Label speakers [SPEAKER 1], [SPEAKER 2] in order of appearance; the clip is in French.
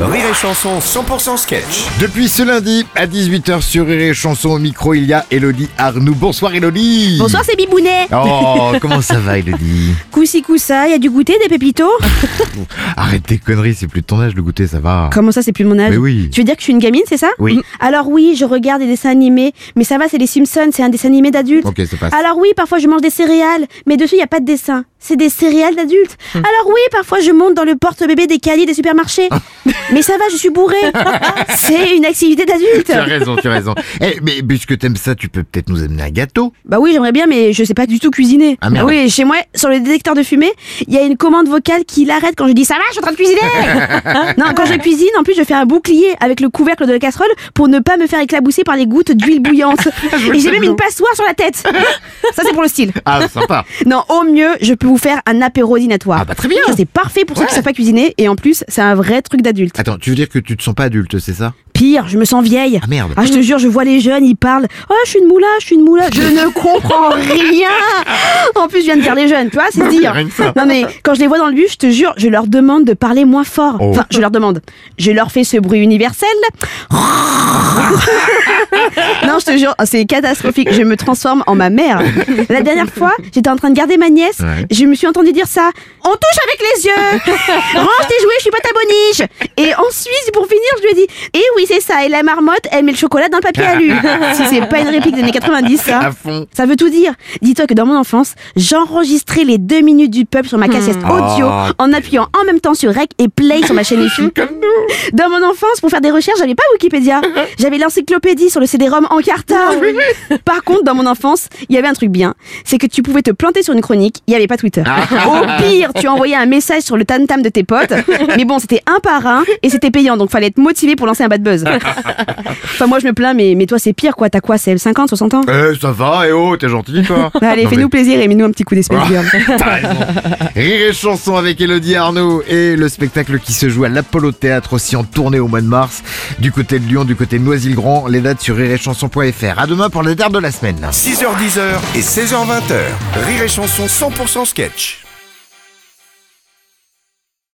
[SPEAKER 1] Rire et Chanson 100% sketch.
[SPEAKER 2] Depuis ce lundi, à 18h sur Rire et Chanson au micro, il y a Elodie Arnoux. Bonsoir Elodie
[SPEAKER 3] Bonsoir, c'est Bibounet.
[SPEAKER 2] Oh, comment ça va Elodie
[SPEAKER 3] Coussi coussa, y a du goûter, des pépitos
[SPEAKER 2] Ah. Arrête tes conneries, c'est plus de ton âge le goûter, ça va.
[SPEAKER 3] Comment ça, c'est plus mon âge
[SPEAKER 2] Mais oui.
[SPEAKER 3] Tu veux dire que je suis une gamine, c'est ça
[SPEAKER 2] Oui.
[SPEAKER 3] Mm. Alors oui, je regarde des dessins animés, mais ça va, c'est les Simpsons, c'est un dessin animé d'adulte.
[SPEAKER 2] Ok, ça passe.
[SPEAKER 3] Alors oui, parfois je mange des céréales, mais dessus, y a pas de dessin. C'est des céréales d'adultes.
[SPEAKER 2] Hum.
[SPEAKER 3] Alors oui, parfois je monte dans le porte-bébé des cahiers des supermarchés.
[SPEAKER 2] Ah.
[SPEAKER 3] mais ça va, je suis bourré. c'est une activité d'adulte.
[SPEAKER 2] Tu as raison, tu as raison. Eh, mais puisque t'aimes ça, tu peux peut-être nous amener un gâteau.
[SPEAKER 3] Bah oui, j'aimerais bien, mais je sais pas du tout cuisiner.
[SPEAKER 2] Ah, merde.
[SPEAKER 3] Bah oui, chez moi, sur le détecteur de fumée, il y a une commande vocale qui l'arrête quand je dis ça va, je suis en train de cuisiner. non, quand je cuisine, en plus, je fais un bouclier avec le couvercle de la casserole pour ne pas me faire éclabousser par les gouttes d'huile bouillante. Et j'ai même une passoire sur la tête. ça, c'est pour le style.
[SPEAKER 2] Ah, sympa.
[SPEAKER 3] Non, au mieux, je peux vous faire un apéro dînatoire.
[SPEAKER 2] Ah bah, très bien.
[SPEAKER 3] Ça, C'est parfait pour ceux qui
[SPEAKER 2] Ouais. Ah.
[SPEAKER 3] savent pas cuisiner. Et en plus, c'est un vrai truc d'adulte.
[SPEAKER 2] Attends, tu veux dire que tu te sens pas adulte, c'est ça
[SPEAKER 3] Pire, je me sens vieille.
[SPEAKER 2] Ah, merde.
[SPEAKER 3] Ah, je te jure, je vois les jeunes, ils parlent. Oh, je suis une moula, je suis une moula. Je ne comprends rien. En plus, je viens de dire les jeunes, tu vois, c'est dire.
[SPEAKER 2] rien que ça.
[SPEAKER 3] Non, mais quand je les vois dans le bus, je te jure, je leur demande de parler moins fort.
[SPEAKER 2] Oh.
[SPEAKER 3] Enfin, je leur demande. Je leur fais ce bruit universel. Non, je te jure, c'est catastrophique. Je me transforme en ma mère. La dernière fois, j'étais en train de garder ma nièce.
[SPEAKER 2] Ouais.
[SPEAKER 3] Je me suis entendue dire ça. On touche avec les yeux. Range tes jouets, je suis pas ta boniche. Et ensuite, pour finir, je lui ai dit Eh oui, c'est ça. Et la marmotte, elle met le chocolat dans le papier alu. si c'est pas une réplique des années hein. 90, ça.
[SPEAKER 2] À fond.
[SPEAKER 3] Ça veut tout dire. Dis-toi que dans mon enfance, j'enregistrais les deux minutes du peuple sur ma cassette audio
[SPEAKER 2] Oh.
[SPEAKER 3] en appuyant en même temps sur Rec et Play sur ma chaîne IFI. Dans mon enfance, pour faire des recherches, j'avais pas Wikipédia. J'avais l'encyclopédie sur le CD-ROM en cartable. Par contre, dans mon enfance, il y avait un truc bien. C'est que tu pouvais te planter sur une chronique, il n'y avait pas Twitter. Au pire, tu envoyais un message sur le tam-tam de tes potes. Mais bon, c'était un par un et c'était payant, donc fallait être motivé pour lancer un bad buzz. Enfin, moi, je me plains, mais, mais toi, c'est pire, quoi. T'as quoi C'est 50, 60 ans
[SPEAKER 2] Eh, ça va, eh oh, t'es gentil, toi.
[SPEAKER 3] Bah, Allez,
[SPEAKER 2] Non,
[SPEAKER 3] fais-nous plaisir et mets-nous un petit coup d'espèce
[SPEAKER 2] Ah.
[SPEAKER 3] girl.
[SPEAKER 2] mais T'as raison. Rire et chanson avec Elodie Arnaud et le spectacle qui se joue à l'Apollo Théâtre aussi en tournée au mois de mars. Du côté de Lyon, du côté de Noisy-le-Grand, les dates sur rireetchanson.fr. À demain pour les dates de la semaine.
[SPEAKER 1] 6h10 et 16h20. Rire et Chanson 100% sketch.